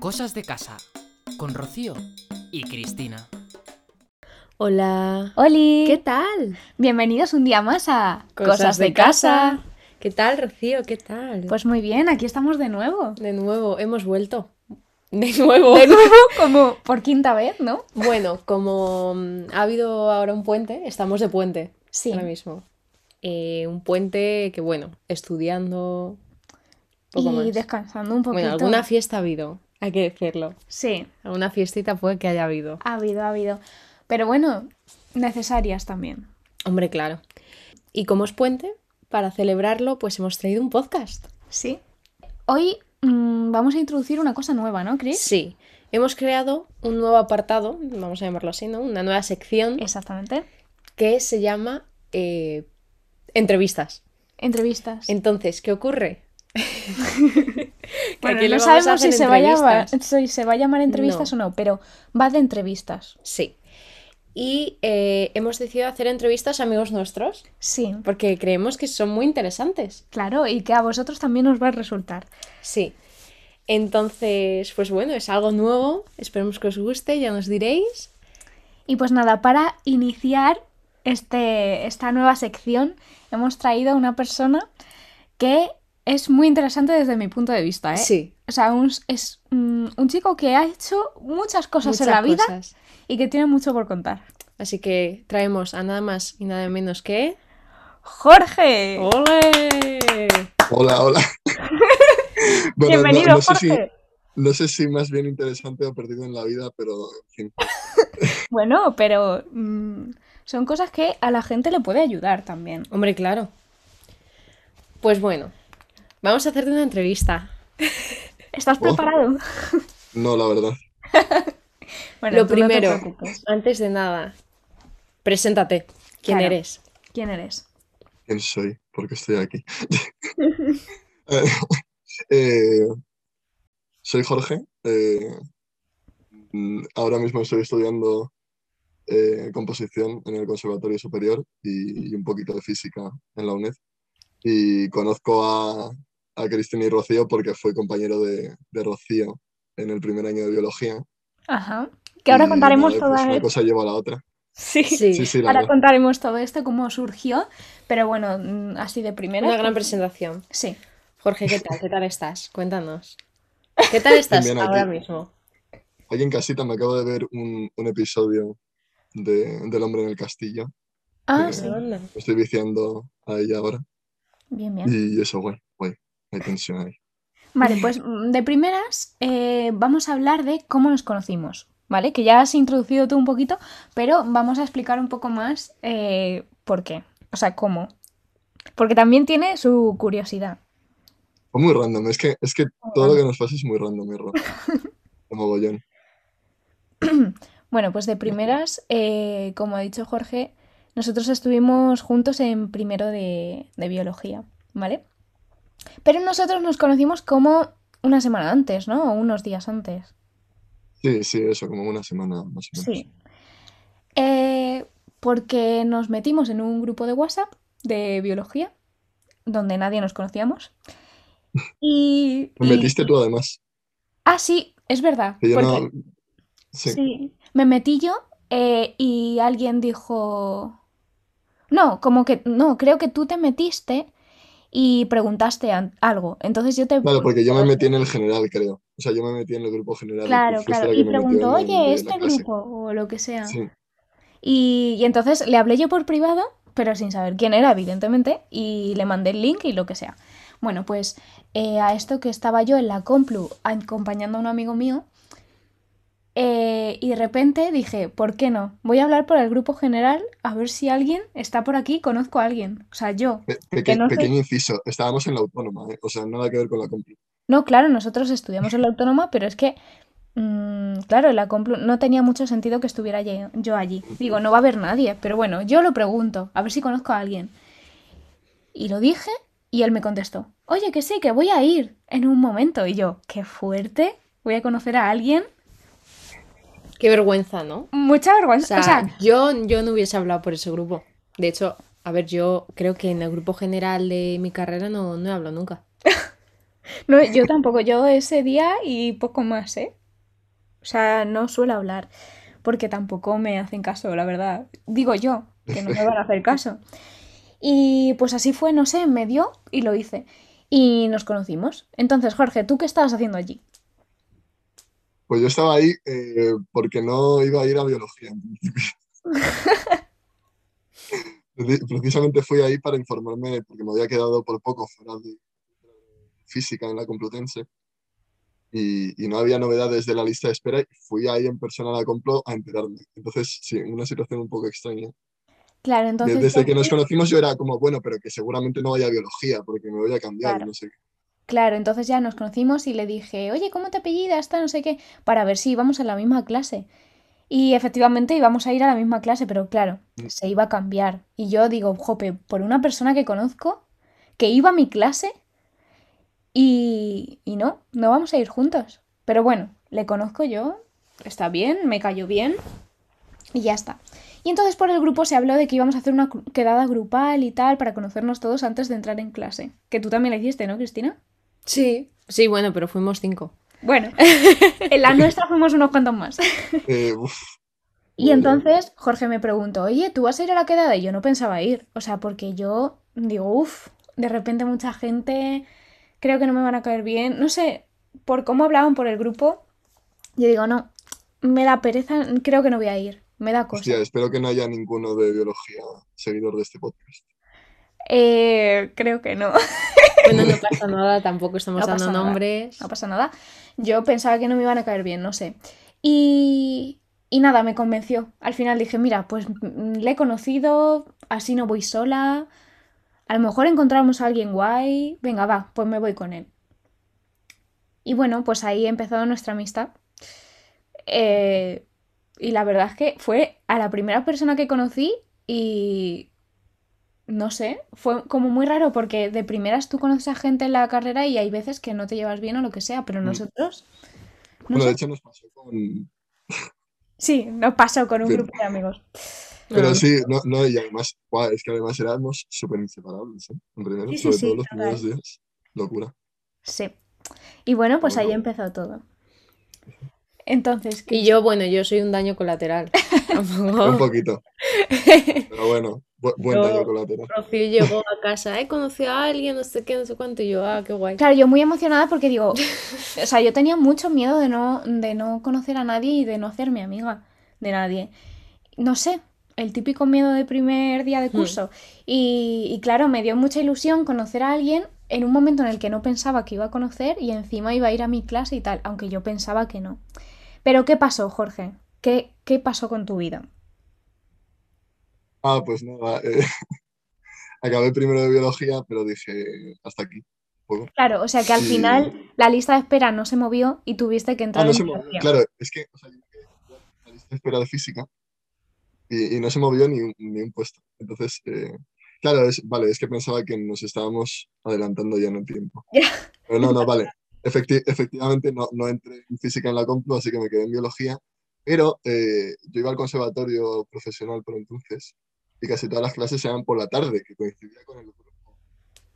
Cosas de casa con Rocío y Cristina. Hola. ¡Holi! ¿Qué tal? Bienvenidos un día más a Cosas, de, casa. ¿Qué tal, Rocío? ¿Qué tal? Pues muy bien, aquí estamos de nuevo. de nuevo, hemos vuelto. De nuevo. De nuevo, como por quinta vez, ¿no? Bueno, como mm, ha habido ahora un puente, estamos de puente Sí. ahora mismo. Eh, un puente que, bueno, estudiando. Poco Y más. descansando un poquito. Bueno, alguna fiesta ha habido, hay que decirlo. Sí, Alguna fiestita puede que haya habido. ha habido, ha habido. Pero bueno, necesarias también. Hombre, claro. Y como es puente, para celebrarlo, pues hemos traído un podcast. Sí. Hoy mm, vamos a introducir una cosa nueva, ¿no, Chris? Sí. Hemos creado un nuevo apartado, vamos a llamarlo así, ¿no? Una nueva sección Exactamente. que se llama eh, entrevistas. Entrevistas. Entonces, ¿qué ocurre? Que Bueno, aquí no lo vamos a sabemos si hacer se, va a llamar, entrevistas. si se va a llamar entrevistas o no, pero va de entrevistas. Sí. Y eh, hemos decidido hacer entrevistas a amigos nuestros Sí. porque creemos que son muy interesantes. Claro, y que a vosotros también os va a resultar. Sí. Entonces, pues bueno, es algo nuevo. Esperemos que os guste, ya nos diréis. Y pues nada, para iniciar este, esta nueva sección, hemos traído a una persona que es muy interesante desde mi punto de vista, ¿eh? Sí. O sea, un- es mm, un chico que ha hecho muchas cosas en la Muchas vida cosas. y que tiene mucho por contar. Así que traemos a nada más y nada menos que. ¡Jorge! ¡Ole! Hola, hola. Bueno, no- Bienvenido, no, sé si, Jorge. no sé si más bien interesante o perdido en la vida, pero en fin. Bueno, pero mm, son cosas que a la gente le puede ayudar también. Hombre, claro. Pues bueno, vamos a hacerte una entrevista. ¿Estás Oh. preparado? No, la verdad. Bueno, Lo tú no te primero. preocupes. Antes de nada, preséntate. ¿Quién Claro. eres? ¿Quién eres? ¿Quién soy? ¿Por qué estoy aquí? Eh, soy Jorge. eh, mm, ahora mismo estoy estudiando eh, composición en el Conservatorio Superior y, y un poquito de física en la UNED. Y conozco a, a Cristina y Rocío porque fue compañero de, de Rocío en el primer año de biología. Ajá. Que ahora Y contaremos nada, pues todas Una cosa lleva a la otra. Sí, sí, la Ahora verdad. contaremos todo esto, cómo surgió, pero bueno, mm, así de primera. Una gran presentación. Sí. Jorge, ¿qué tal? ¿Qué tal estás? Cuéntanos. ¿Qué tal estás Bien, bien, ahora aquí. mismo? Aquí en casita me acabo de ver un, un episodio de, del Hombre en el Castillo. Ah, Bien. sí. Anda. Me estoy viciando a ella ahora. Bien, bien. Y eso, guay, guay. Hay tensión ahí. Vale, pues mm, de primeras eh, vamos a hablar de cómo nos conocimos, ¿vale? Que ya has introducido tú un poquito, pero vamos a explicar un poco más eh, por qué. O sea, cómo. Porque también tiene su curiosidad. Fue muy random. Es que, es que todo lo que nos pasa es muy random, mi ropa. mogollón. Bueno, pues de primeras, eh, como ha dicho Jorge, nosotros estuvimos juntos en primero de, de biología, ¿vale? Pero nosotros nos conocimos como una semana antes, ¿no? O unos días antes. Sí, sí, eso, como una semana más o menos. Eh, porque nos metimos en un grupo de WhatsApp de biología, donde nadie nos conocíamos. Y... Me y- metiste tú además. Ah, sí, es verdad. Que yo porque- no. Sí. Sí. Me metí yo eh, y alguien dijo... No, como que... No, creo que tú te metiste y preguntaste an- algo. Entonces yo te... Claro, porque yo me metí en el general, creo. O sea, yo me metí en el grupo general. y tú Claro, fuiste claro. la que Y me metió preguntó, en el de oye, la este clase". grupo o lo que sea. Sí. Y, y entonces le hablé yo por privado, pero sin saber quién era, evidentemente, y le mandé el link y lo que sea. Bueno, pues eh, a esto que estaba yo en la Complu acompañando a un amigo mío, eh, y de repente dije, ¿por qué no? Voy a hablar por el grupo general a ver si alguien está por aquí, conozco a alguien. O sea, yo. Pe- Que no peque- sé- pequeño inciso. Estábamos en la autónoma, ¿eh? O sea, nada que ver con la compi. No, claro, nosotros estudiamos en la autónoma, pero es que, mm, claro, en la Complu no tenía mucho sentido que estuviera ye- yo allí. Digo, no va a haber nadie, pero bueno, yo lo pregunto, a ver si conozco a alguien. Y lo dije y él me contestó, oye, que sí, que voy a ir en un momento. Y yo, qué fuerte, voy a conocer a alguien. Qué vergüenza, ¿no? Mucha O sea, vergüenza. O sea, yo, yo no hubiese hablado por ese grupo. De hecho, a ver, yo creo que en el grupo general de mi carrera no, no he hablado nunca. No, yo tampoco, yo ese día y poco más, ¿eh? O sea, no suelo hablar, porque tampoco me hacen caso, la verdad. Digo yo, que no me van a hacer caso. Y pues así fue, no sé, me dio y lo hice. Y nos conocimos. Entonces, Jorge, ¿tú qué estabas haciendo allí? Pues yo estaba ahí eh, porque no iba a ir a biología. en principio. Preci- Precisamente fui ahí para informarme, porque me había quedado por poco fuera de física en la Complutense y, y no había novedades de la lista de espera y fui ahí en persona a la Complu a enterarme. Entonces, sí, una situación un poco extraña. Claro, De- entonces. Desde que Jorge- nos conocimos yo era como, bueno, pero que seguramente no vaya a biología porque me voy a cambiar, y Claro. no sé qué. Claro, entonces ya nos conocimos y le dije, oye, ¿cómo te apellidas? Tal, no sé qué, para ver si íbamos a la misma clase. Y efectivamente íbamos a ir a la misma clase, pero claro, Mm. se iba a cambiar. Y yo digo, jope, por una persona que conozco, que iba a mi clase y, y no, no vamos a ir juntos. Pero bueno, le conozco yo, está bien, me cayó bien y ya está. Y entonces por el grupo se habló de que íbamos a hacer una cru- quedada grupal y tal para conocernos todos antes de entrar en clase. Que tú también la hiciste, ¿no, Cristina? Sí, sí, bueno, pero fuimos cinco. Bueno, en la nuestra fuimos unos cuantos más. Eh, uf, Y entonces Jorge me preguntó, oye, ¿tú vas a ir a la quedada? Y yo no pensaba ir. O sea, porque yo digo, uff, de repente mucha gente, creo que no me van a caer bien. No sé, por cómo hablaban por el grupo, yo digo, no, me da pereza, creo que no voy a ir. Me da cosa. hostia, espero que no haya ninguno de biología seguidor de este podcast. Eh, creo que no. Bueno, no pasa nada, tampoco estamos No dando pasa nada. nombres. No pasa nada. Yo pensaba que no me iban a caer bien, no sé. Y, y nada, me convenció. Al final dije, mira, pues mm, le he conocido, así no voy sola. A lo mejor encontramos a alguien guay. Venga, va, pues me voy con él. Y bueno, pues ahí empezó nuestra amistad. Eh, y la verdad es que fue a la primera persona que conocí y no sé, fue como muy raro porque de primeras tú conoces a gente en la carrera y hay veces que no te llevas bien o lo que sea, pero Mm. nosotros, no Bueno, sé. de hecho nos pasó con... Sí, nos pasó con un Sí. grupo de amigos. Pero Ah. No. sí, no, no, y además, guau, es que además éramos súper inseparables, ¿eh? En primero, Sí, sí, sobre sí, todo los total. primeros días. Locura. Sí. Y bueno, pues ahí Bueno. empezó todo. Entonces, ¿qué? Y yo, bueno, yo soy un daño colateral. Oh. Un Tampoco. poquito. Pero bueno, bu- buen daño Yo- colateral. Rocío llegó a casa, he conocido a alguien, no sé qué, no sé cuánto, y yo, ah, qué guay. Claro, yo muy emocionada porque digo, o sea, yo tenía mucho miedo de no, de no conocer a nadie y de no hacerme amiga de nadie. No sé, el típico miedo de primer día de curso. Y, y claro, me dio mucha ilusión conocer a alguien en un momento en el que no pensaba que iba a conocer y encima iba a ir a mi clase y tal, aunque yo pensaba que no. Pero ¿qué pasó, Jorge? ¿Qué, qué pasó con tu vida? Ah, pues nada. eh, acabé primero de biología, pero dije, hasta aquí. un poco. Claro, o sea que al Y- final la lista de espera no se movió y tuviste que Ah, entrar no en se movió. biología. Claro, es que o sea, yo me quedé en la lista de espera de física y, y no se movió ni un, ni un puesto. Entonces, eh, claro, es, vale, es que pensaba que nos estábamos adelantando ya en el tiempo. Pero no, no, vale. Efecti- efectivamente, no, no entré en física en la complu, así que me quedé en biología. Pero eh, yo iba al conservatorio profesional por entonces y casi todas las clases eran por la tarde, que coincidía con el grupo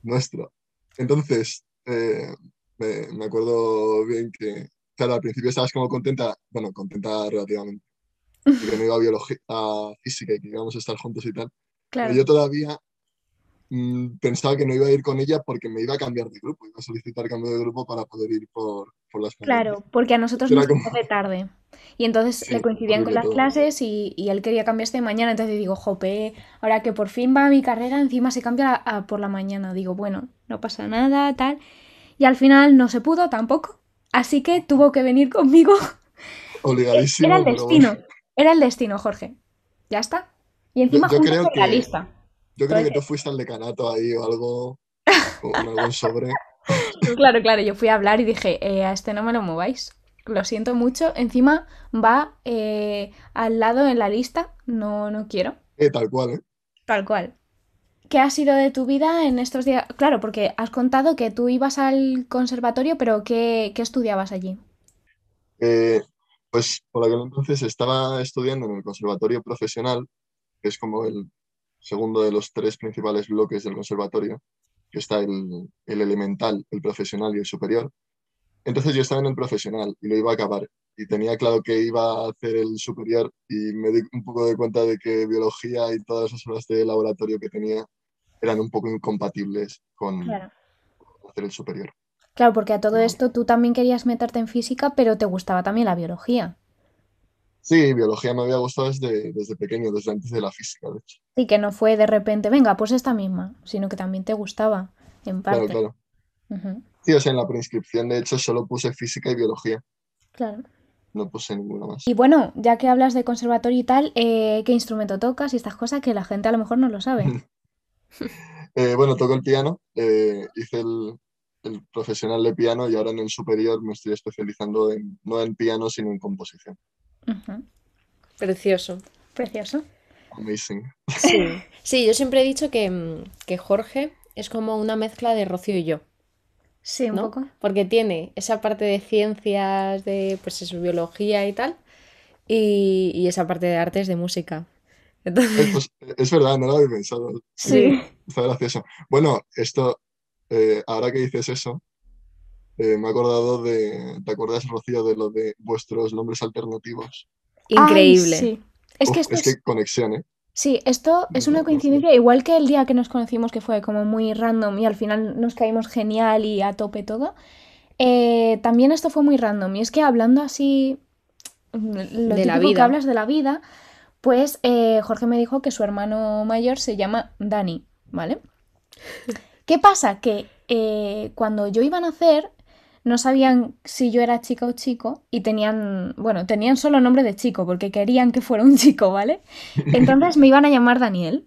nuestro. Entonces, eh, me, me acuerdo bien que, claro, al principio estabas como contenta, bueno, contenta relativamente, porque no iba a biología, a física y que íbamos a estar juntos y tal. Pero Claro. yo todavía mm, pensaba que no iba a ir con ella porque me iba a cambiar de grupo, iba a solicitar cambio de grupo para poder ir por, por las Claro, porque a nosotros Era nos como- tocó de tarde. Y entonces Sí, le coincidían con horrible las todo. clases y, y él quería cambiarse de mañana. Entonces digo, jope, ahora que por fin va a mi carrera, encima se cambia a- a por la mañana. Digo, bueno, no pasa nada, tal. Y al final no se pudo tampoco. Así que tuvo que venir conmigo. Obligadísimo, Era el pero bueno. destino. Era el destino, Jorge. Ya está. Y Yo, encima yo juntos creo por la que, lista. yo Todo creo el que tú fuiste al decanato ahí o algo, o en algún sobre. Claro, claro, yo fui a hablar y dije, "Eh, a este no me lo mováis. Lo siento mucho. Encima va eh, al lado en la lista. No, no quiero. Eh, tal cual, ¿eh? Tal cual. ¿Qué ha sido de tu vida en estos días? Claro, porque has contado que tú ibas al conservatorio, pero ¿qué, qué estudiabas allí? Eh, pues por aquel entonces estaba estudiando en el Conservatorio Profesional, que es como el segundo de los tres principales bloques del conservatorio. que está el, el elemental, el profesional y el superior. Entonces yo estaba en el profesional y lo iba a acabar y tenía claro que iba a hacer el superior y me di un poco de cuenta de que biología y todas esas horas de laboratorio que tenía eran un poco incompatibles con Claro. hacer el superior. Claro, porque a todo No. esto tú también querías meterte en física, pero te gustaba también la biología. Sí, biología me había gustado desde, desde pequeño, desde antes de la física, de hecho. Y que no fue de repente, venga, pues esta misma, sino que también te gustaba, en Claro, parte. claro. Ujú, Sí, o sea, en la preinscripción, de hecho, solo puse física y biología, claro. no puse ninguna más. Y bueno, ya que hablas de conservatorio y tal, eh, ¿qué instrumento tocas y estas cosas que la gente a lo mejor no lo sabe? Eh, bueno, toco el piano, eh, hice el, el profesional de piano y ahora en el superior me estoy especializando en, no en piano, sino en composición. Ujú, Precioso. Precioso. Amazing. Sí. Sí, yo siempre he dicho que, mm, que Jorge es como una mezcla de Rocío y yo, Sí, un ¿no? poco. Porque tiene esa parte de ciencias, de pues eso, biología y tal, y, y esa parte de artes de música. Entonces, Eh, pues, eh, es verdad, no lo había pensado. sí. Está gracioso. Bueno, esto, eh, ahora que dices eso, eh, me he acordado de, ¿te acuerdas, Rocío, de lo de vuestros nombres alternativos? Increíble. Ay, sí. Es que Uf, esto es que es- conexión, ¿eh? Sí, esto es una coincidencia, igual que el día que nos conocimos, que fue como muy random y al final nos caímos genial y a tope todo. eh, también esto fue muy random. Y es que hablando así, lo De la típico que vida. hablas de la vida, pues eh, Jorge me dijo que su hermano mayor se llama Dani, ¿vale? ¿Qué pasa? Que eh, cuando yo iba a nacer, no sabían si yo era chica o chico y tenían, bueno, tenían solo nombre de chico porque querían que fuera un chico, ¿vale? Entonces me iban a llamar Daniel.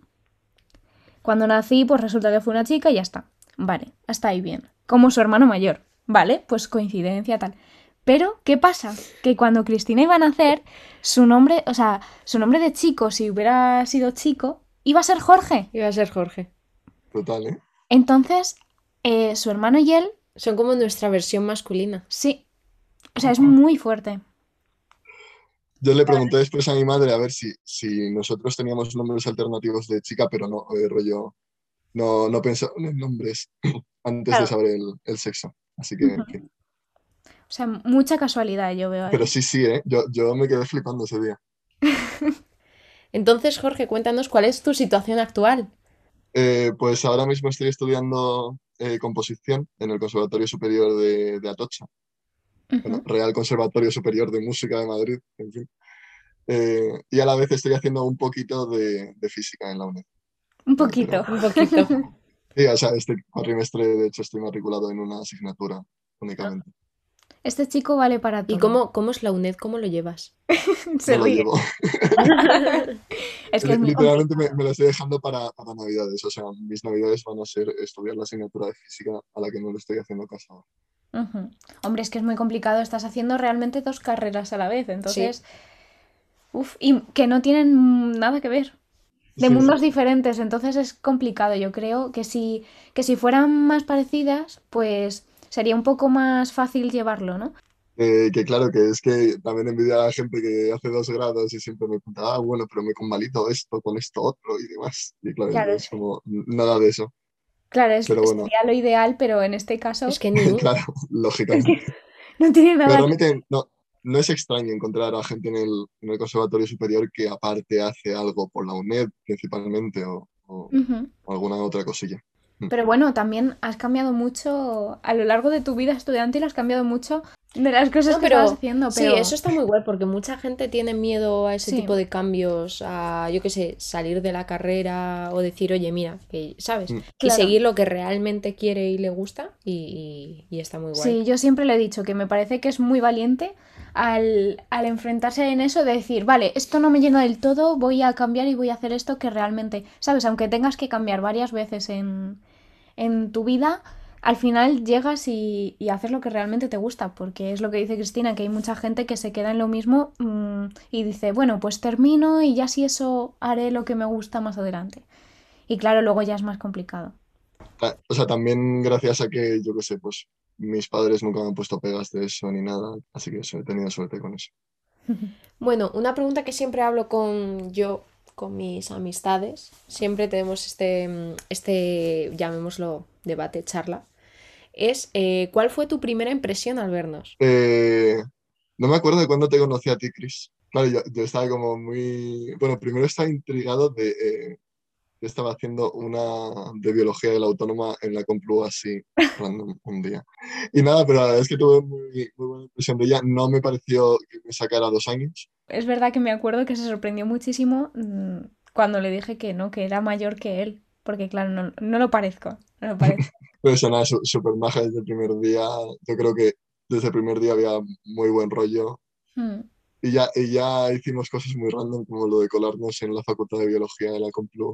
Cuando nací, pues resulta que fue una chica y ya está. Vale, hasta ahí bien. Como su hermano mayor. Vale, pues coincidencia tal. Pero, ¿qué pasa? Que cuando Cristina iba a nacer, su nombre, o sea, su nombre de chico, si hubiera sido chico, iba a ser Jorge. Iba a ser Jorge. Total, ¿eh? Entonces, eh, su hermano y él, Son como nuestra versión masculina. sí. O sea, es muy fuerte. Yo le pregunté después a mi madre a ver si, si nosotros teníamos nombres alternativos de chica, pero no, eh, rollo, no, no pensaron en nombres antes Claro. de saber el, el sexo. Así que, Ujú. que- O sea, mucha casualidad yo veo ahí. pero sí, sí, ¿eh? Yo, yo me quedé flipando ese día. Entonces, Jorge, cuéntanos cuál es tu situación actual. Eh, pues ahora mismo estoy estudiando eh, composición en el Conservatorio Superior de, de Atocha, Ujú. bueno, Real Conservatorio Superior de Música de Madrid, en fin. Eh, y a la vez estoy haciendo un poquito de, de física en la UNED. Un poquito. Un poquito. Sí, o sea, este cuatrimestre, de hecho, estoy matriculado en una asignatura únicamente. Este chico vale para todo. ¿Y cómo, cómo es la UNED? ¿Cómo lo llevas? Se No lo ríe. llevo. Es que es Li- muy Literalmente me, me lo estoy dejando para, para Navidades. O sea, mis Navidades van a ser estudiar la asignatura de física a la que no le estoy haciendo caso ahora. Ujú. Hombre, es que es muy complicado. Estás haciendo realmente dos carreras a la vez. Entonces, uf, y que no tienen nada que ver. De Sí, mundos diferentes. Entonces es complicado. Yo creo que si, que si fueran más parecidas, pues sería un poco más fácil llevarlo, ¿no? Eh, que claro, que es que también envidia a la gente que hace dos grados y siempre me pregunta, ah, bueno, pero me convalido esto con esto otro y demás. Y claro, Claro, yo es sí. como n- nada de eso. Claro, es, Pero bueno. sería lo ideal, pero en este caso Es que ni uno. Claro, lógicamente. no tiene nada Pero que realmente no, no es extraño encontrar a gente en el, en el Conservatorio Superior que aparte hace algo por la UNED principalmente o, o- Ujú. o alguna otra cosilla. Pero bueno, también has cambiado mucho a lo largo de tu vida estudiantil, has cambiado mucho de las cosas No, que pero- estabas haciendo, Sí, pero eso está muy guay porque mucha gente tiene miedo a ese Sí. tipo de cambios, a yo qué sé, salir de la carrera o decir, oye, mira, que, ¿sabes? Mm. Y Claro. seguir lo que realmente quiere y le gusta y, y- y está muy guay. sí, yo siempre le he dicho que me parece que es muy valiente al, al enfrentarse en eso de decir, vale, esto no me llena del todo, voy a cambiar y voy a hacer esto que realmente, ¿sabes? Aunque tengas que cambiar varias veces en, en tu vida, al final llegas y, y haces lo que realmente te gusta, porque es lo que dice Cristina, que hay mucha gente que se queda en lo mismo mm, y dice, bueno, pues termino y ya si eso haré lo que me gusta más adelante. Y claro, luego ya es más complicado. Ta- Ah, O sea, también gracias a que, yo qué sé, pues mis padres nunca me han puesto pegas de eso ni nada, así que eso, he tenido suerte con eso. Bueno, una pregunta que siempre hablo con yo, con mis amistades, siempre tenemos este, mm, este, llamémoslo, debate, charla, es eh, ¿cuál fue tu primera impresión al vernos? Eh, no me acuerdo de cuándo te conocí a ti, Chris. Claro, yo, yo estaba como muy... Bueno, primero estaba intrigado de... eh, yo estaba haciendo una de biología de la autónoma en la Complu así, random, un día. Y nada, pero la verdad es que tuve muy, muy buena impresión de ella. No me pareció que me sacara dos años. Es verdad que me acuerdo que se sorprendió muchísimo mm, cuando le dije que no, que era mayor que él. Porque claro, no, no lo parezco. No lo parezco. Pero eso nada, su- súper maja desde el primer día. Yo creo que desde el primer día había muy buen rollo. Mm. Y ya, y ya hicimos cosas muy random, como lo de colarnos en la Facultad de Biología de la Complu,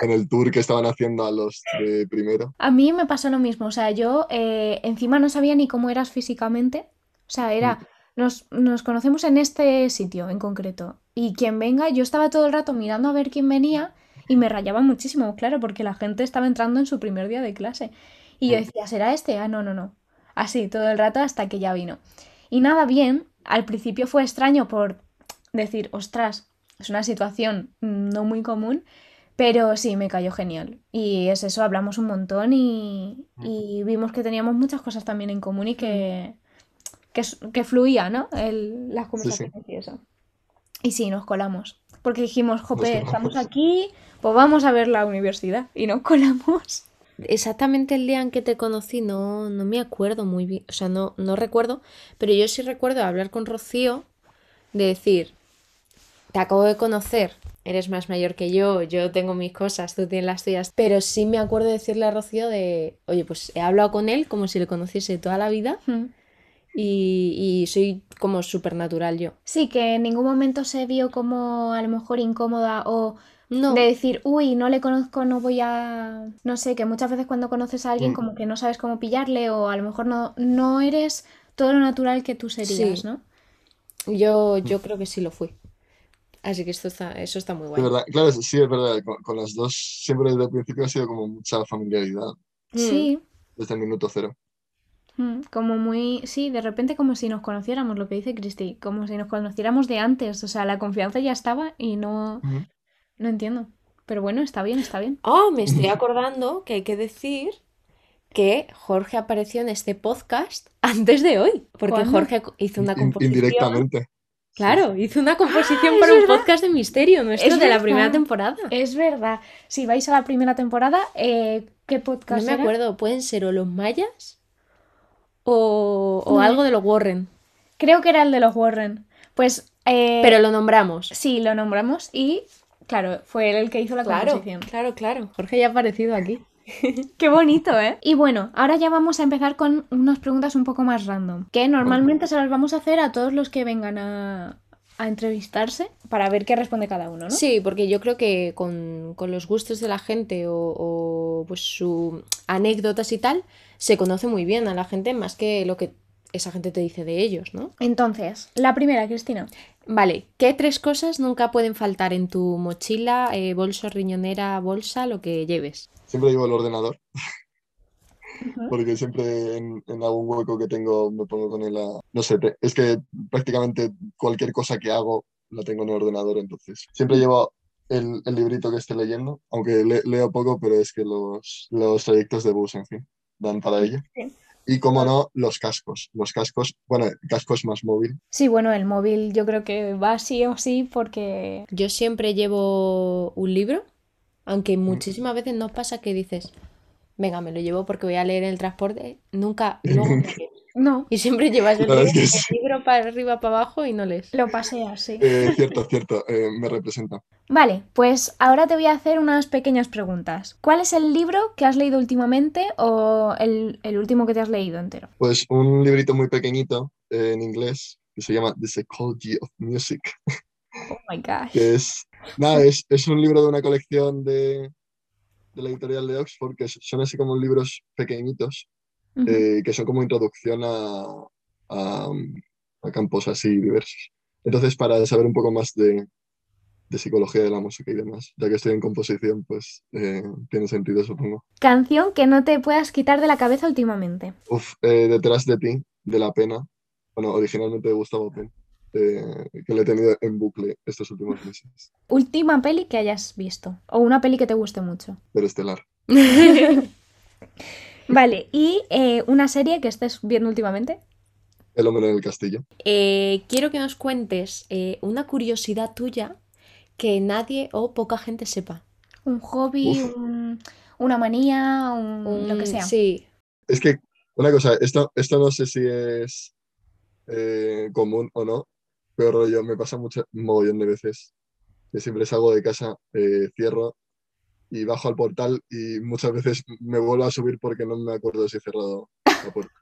en el tour que estaban haciendo a los de primero. A mí me pasó lo mismo, o sea, yo eh, encima no sabía ni cómo eras físicamente, o sea, era, nos, nos conocemos en este sitio en concreto, y quien venga, yo estaba todo el rato mirando a ver quién venía y me rayaba muchísimo, claro, porque la gente estaba entrando en su primer día de clase, y yo Mm. decía, ¿será este? Ah, no, no, no, así todo el rato hasta que ya vino. Y nada, bien, al principio fue extraño por decir, ostras, es una situación mm, no muy común, pero sí, me cayó genial. Y es eso, hablamos un montón y, y vimos que teníamos muchas cosas también en común y que, que, s- que fluía, ¿no? El- las conversaciones y eso. Y sí, nos colamos. Porque dijimos, jope, colamos. estamos aquí, pues vamos a ver la universidad. Y nos colamos. Exactamente el día en que te conocí no, no me acuerdo muy bien, o sea, no, no recuerdo, pero yo sí recuerdo hablar con Rocío de decir, te acabo de conocer, eres más mayor que yo, yo tengo mis cosas, tú tienes las tuyas, pero sí me acuerdo decirle a Rocío de, oye, pues he hablado con él como si le conociese toda la vida Mm. y, y soy como súper natural yo. Sí, que en ningún momento se vio como a lo mejor incómoda o No, de decir, uy, no le conozco, no voy a... No sé, que muchas veces cuando conoces a alguien Mm. como que no sabes cómo pillarle o a lo mejor no, no eres todo lo natural que tú serías, Sí. ¿no? yo, yo creo que sí lo fui. Así que esto está, eso está muy De guay. verdad, claro, sí, es verdad, con, con las dos siempre desde el principio ha sido como mucha familiaridad, Mm. Sí, desde el minuto cero. mm, como muy... Sí, de repente como si nos conociéramos, lo que dice Cristi, como si nos conociéramos de antes, o sea, la confianza ya estaba y no... No entiendo. Pero bueno, está bien, está bien. Oh, me estoy acordando que hay que decir que Jorge apareció en este podcast antes de hoy, porque ¿Cuándo? Jorge co- hizo una In- composición. indirectamente. Claro, hizo una composición Ah, para es un verdad. podcast de misterio nuestro Es de la verdad. primera temporada. Es verdad. Si vais a la primera temporada, eh, ¿qué No podcast me era? acuerdo, pueden ser o los mayas o, o No. algo de los Warren, Creo que era el de los Warren. Pues... eh, pero lo nombramos. Sí, lo nombramos y, claro, fue él el que hizo la composición. claro, claro. Jorge ya ha aparecido aquí. Qué bonito, ¿eh? Y bueno, ahora ya vamos a empezar con unas preguntas un poco más random, que normalmente se las vamos a hacer a todos los que vengan a, a entrevistarse para ver qué responde cada uno, ¿no? Sí, porque yo creo que con, con los gustos de la gente o, o, pues su anécdotas y tal, se conoce muy bien a la gente más que lo que esa gente te dice de ellos, ¿no? Entonces, la primera, Cristina. Vale, ¿qué tres cosas nunca pueden faltar en tu mochila, eh, bolso, riñonera, bolsa, lo que lleves? Siempre llevo el ordenador, porque siempre en, en algún hueco que tengo me pongo con él a... No sé, te- es que prácticamente cualquier cosa que hago la tengo en el ordenador, entonces. Siempre llevo el, el librito que esté leyendo, aunque le- leo poco, pero es que los, los trayectos de bus, en fin, dan para ello. Sí. Y como no, los cascos. Los cascos, bueno, cascos más móvil. Sí, bueno, el móvil yo creo que va sí o sí porque... Yo siempre llevo un libro, Mm. aunque muchísimas veces nos pasa que dices, venga, me lo llevo porque voy a leer en el transporte, nunca, luego no leo. No, Y siempre llevas el La verdad libro, es que el sí. libro para arriba, para abajo y no lees. lo pasea, sí. Eh, cierto, cierto, eh, me representa. Vale, pues ahora te voy a hacer unas pequeñas preguntas. ¿Cuál es el libro que has leído últimamente o el, el último que te has leído entero? Pues un librito muy pequeñito eh, en inglés que se llama The Psychology of Music, Oh my gosh. que es, nada, es, es un libro de una colección de, de la editorial de Oxford, que son así como libros pequeñitos, Ujú. eh, que son como introducción a, a, a campos así diversos. Entonces, para saber un poco más de, de psicología de la música y demás, ya que estoy en composición, pues eh, tiene sentido, supongo. Canción que no te puedas quitar de la cabeza últimamente. Uf, eh, detrás de ti, de la pena. Bueno, originalmente de Gustavo Pen, eh, que le he tenido en bucle estos últimos meses. Última peli que hayas visto o una peli que te guste mucho. Pero estelar. Vale, y eh, una serie que estés viendo últimamente. El hombre en el castillo. Eh, quiero que nos cuentes eh, una curiosidad tuya que nadie o poca gente sepa. Un hobby, Uf. un- una manía, un, lo que Mm, sea. Sí. Es que, una cosa, esto, esto no sé si es eh, común o no, pero rollo, me pasa mucho, un mogollón de veces. Que siempre salgo de casa, eh, cierro y bajo al portal y muchas veces me vuelvo a subir porque no me acuerdo si he cerrado la puerta.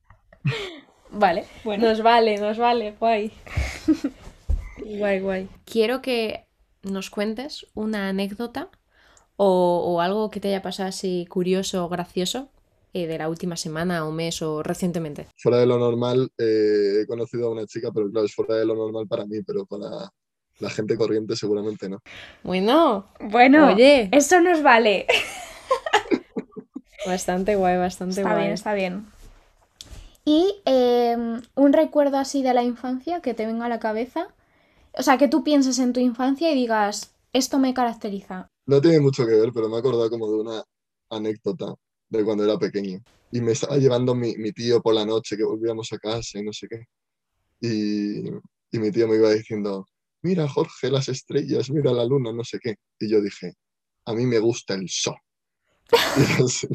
Vale, bueno. Nos vale, nos vale, guay. guay, guay. Quiero que nos cuentes una anécdota o, o algo que te haya pasado así curioso o gracioso eh, de la última semana o mes o recientemente. Fuera de lo normal, eh, he conocido a una chica, pero claro, es fuera de lo normal para mí, pero para la gente corriente seguramente no. Bueno, Bueno, oye, eso nos vale. bastante guay, bastante Está guay. bien, está bien. Y eh, un recuerdo así de la infancia que te venga a la cabeza. O sea, que tú pienses en tu infancia y digas, esto me caracteriza. No tiene mucho que ver, pero me he acordado como de una anécdota de cuando era pequeño. Y me estaba llevando mi, mi tío por la noche, que volvíamos a casa y no sé qué. Y, y mi tío me iba diciendo, mira Jorge, las estrellas, mira la luna, no sé qué. Y yo dije, a mí me gusta el sol. Y no sé,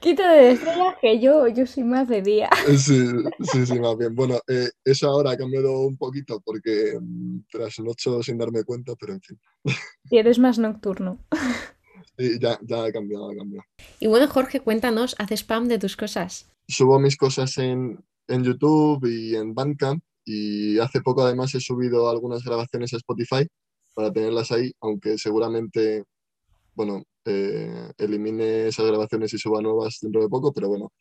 Quito de estrellas que yo, yo soy más de día. sí, sí, sí, más bien. Bueno, eh, eso ahora ha cambiado un poquito porque mm, trasnocho sin darme cuenta, pero en fin, Y eres más nocturno. Sí, ya, ya ha cambiado, ha cambiado. Y bueno, Jorge, cuéntanos, haz spam de tus cosas. subo mis cosas en, en YouTube y en Bandcamp y hace poco además he subido algunas grabaciones a Spotify para tenerlas ahí, aunque seguramente, bueno, eh, elimine esas grabaciones y suba nuevas dentro de poco, pero bueno,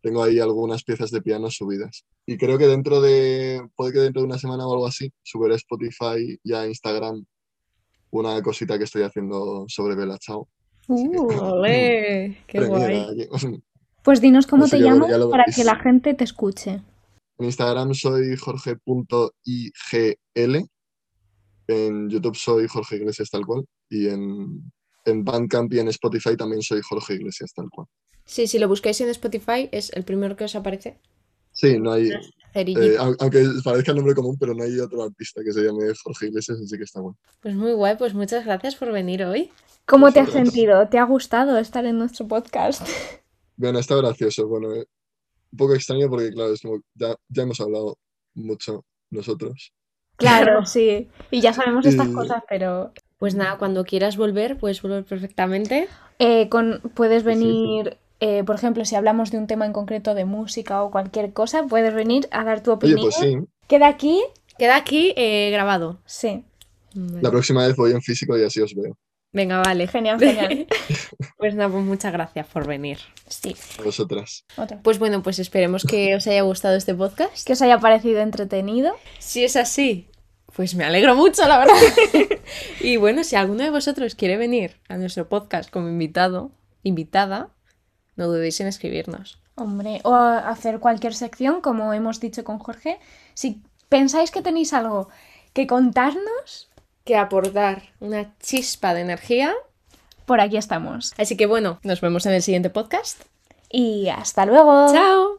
tengo ahí algunas piezas de piano subidas. Y creo que dentro de, puede que dentro de una semana o algo así, subiré a Spotify y a Instagram una cosita que estoy haciendo sobre Bella Chao. Uh, ¡Ole! ¡Qué Premiera guay! aquí. Pues dinos cómo Así te que bueno, llamas ya lo para veréis. que la gente te escuche. En Instagram soy jorge.igl. En YouTube soy Jorge Iglesias tal cual. Y en, en Bandcamp y en Spotify también soy Jorge Iglesias tal cual. Sí, si lo buscáis en Spotify, es el primero que os aparece. Sí, no hay. Cerillito. eh, au- aunque parezca el nombre común, pero no hay otro artista que se llame Jorge Iglesias, así que está bueno. Pues muy guay, pues muchas gracias por venir hoy. ¿Cómo te has Nosotros. sentido? ¿Te ha gustado estar en nuestro podcast? Bueno, está gracioso. Bueno, eh, un poco extraño porque, claro, es como- ya, ya hemos hablado mucho nosotros. Claro, Eh, sí. Y ya sabemos estas Y- cosas, pero Pues nada, cuando quieras volver, puedes volver perfectamente. Eh, con, puedes sí. venir, eh, por ejemplo, si hablamos de un tema en concreto de música o cualquier cosa, puedes venir a dar tu Oye, opinión. pues sí, ¿Queda aquí? Queda aquí eh, grabado. Sí. la próxima vez voy en físico y así os veo. Venga, vale. Genial, genial. Pues nada, pues muchas gracias por venir. Sí. A vosotras. Otra. Pues bueno, pues esperemos que os haya gustado este podcast. Que os haya parecido entretenido. Si es así, pues me alegro mucho, la verdad. y bueno, si alguno de vosotros quiere venir a nuestro podcast como invitado, invitada, no dudéis en escribirnos. Hombre, o a- hacer cualquier sección, como hemos dicho con Jorge. Si pensáis que tenéis algo que contarnos, Que aportar una chispa de energía. por aquí estamos. Así que bueno, nos vemos en el siguiente podcast. Y hasta luego. ¡Chao!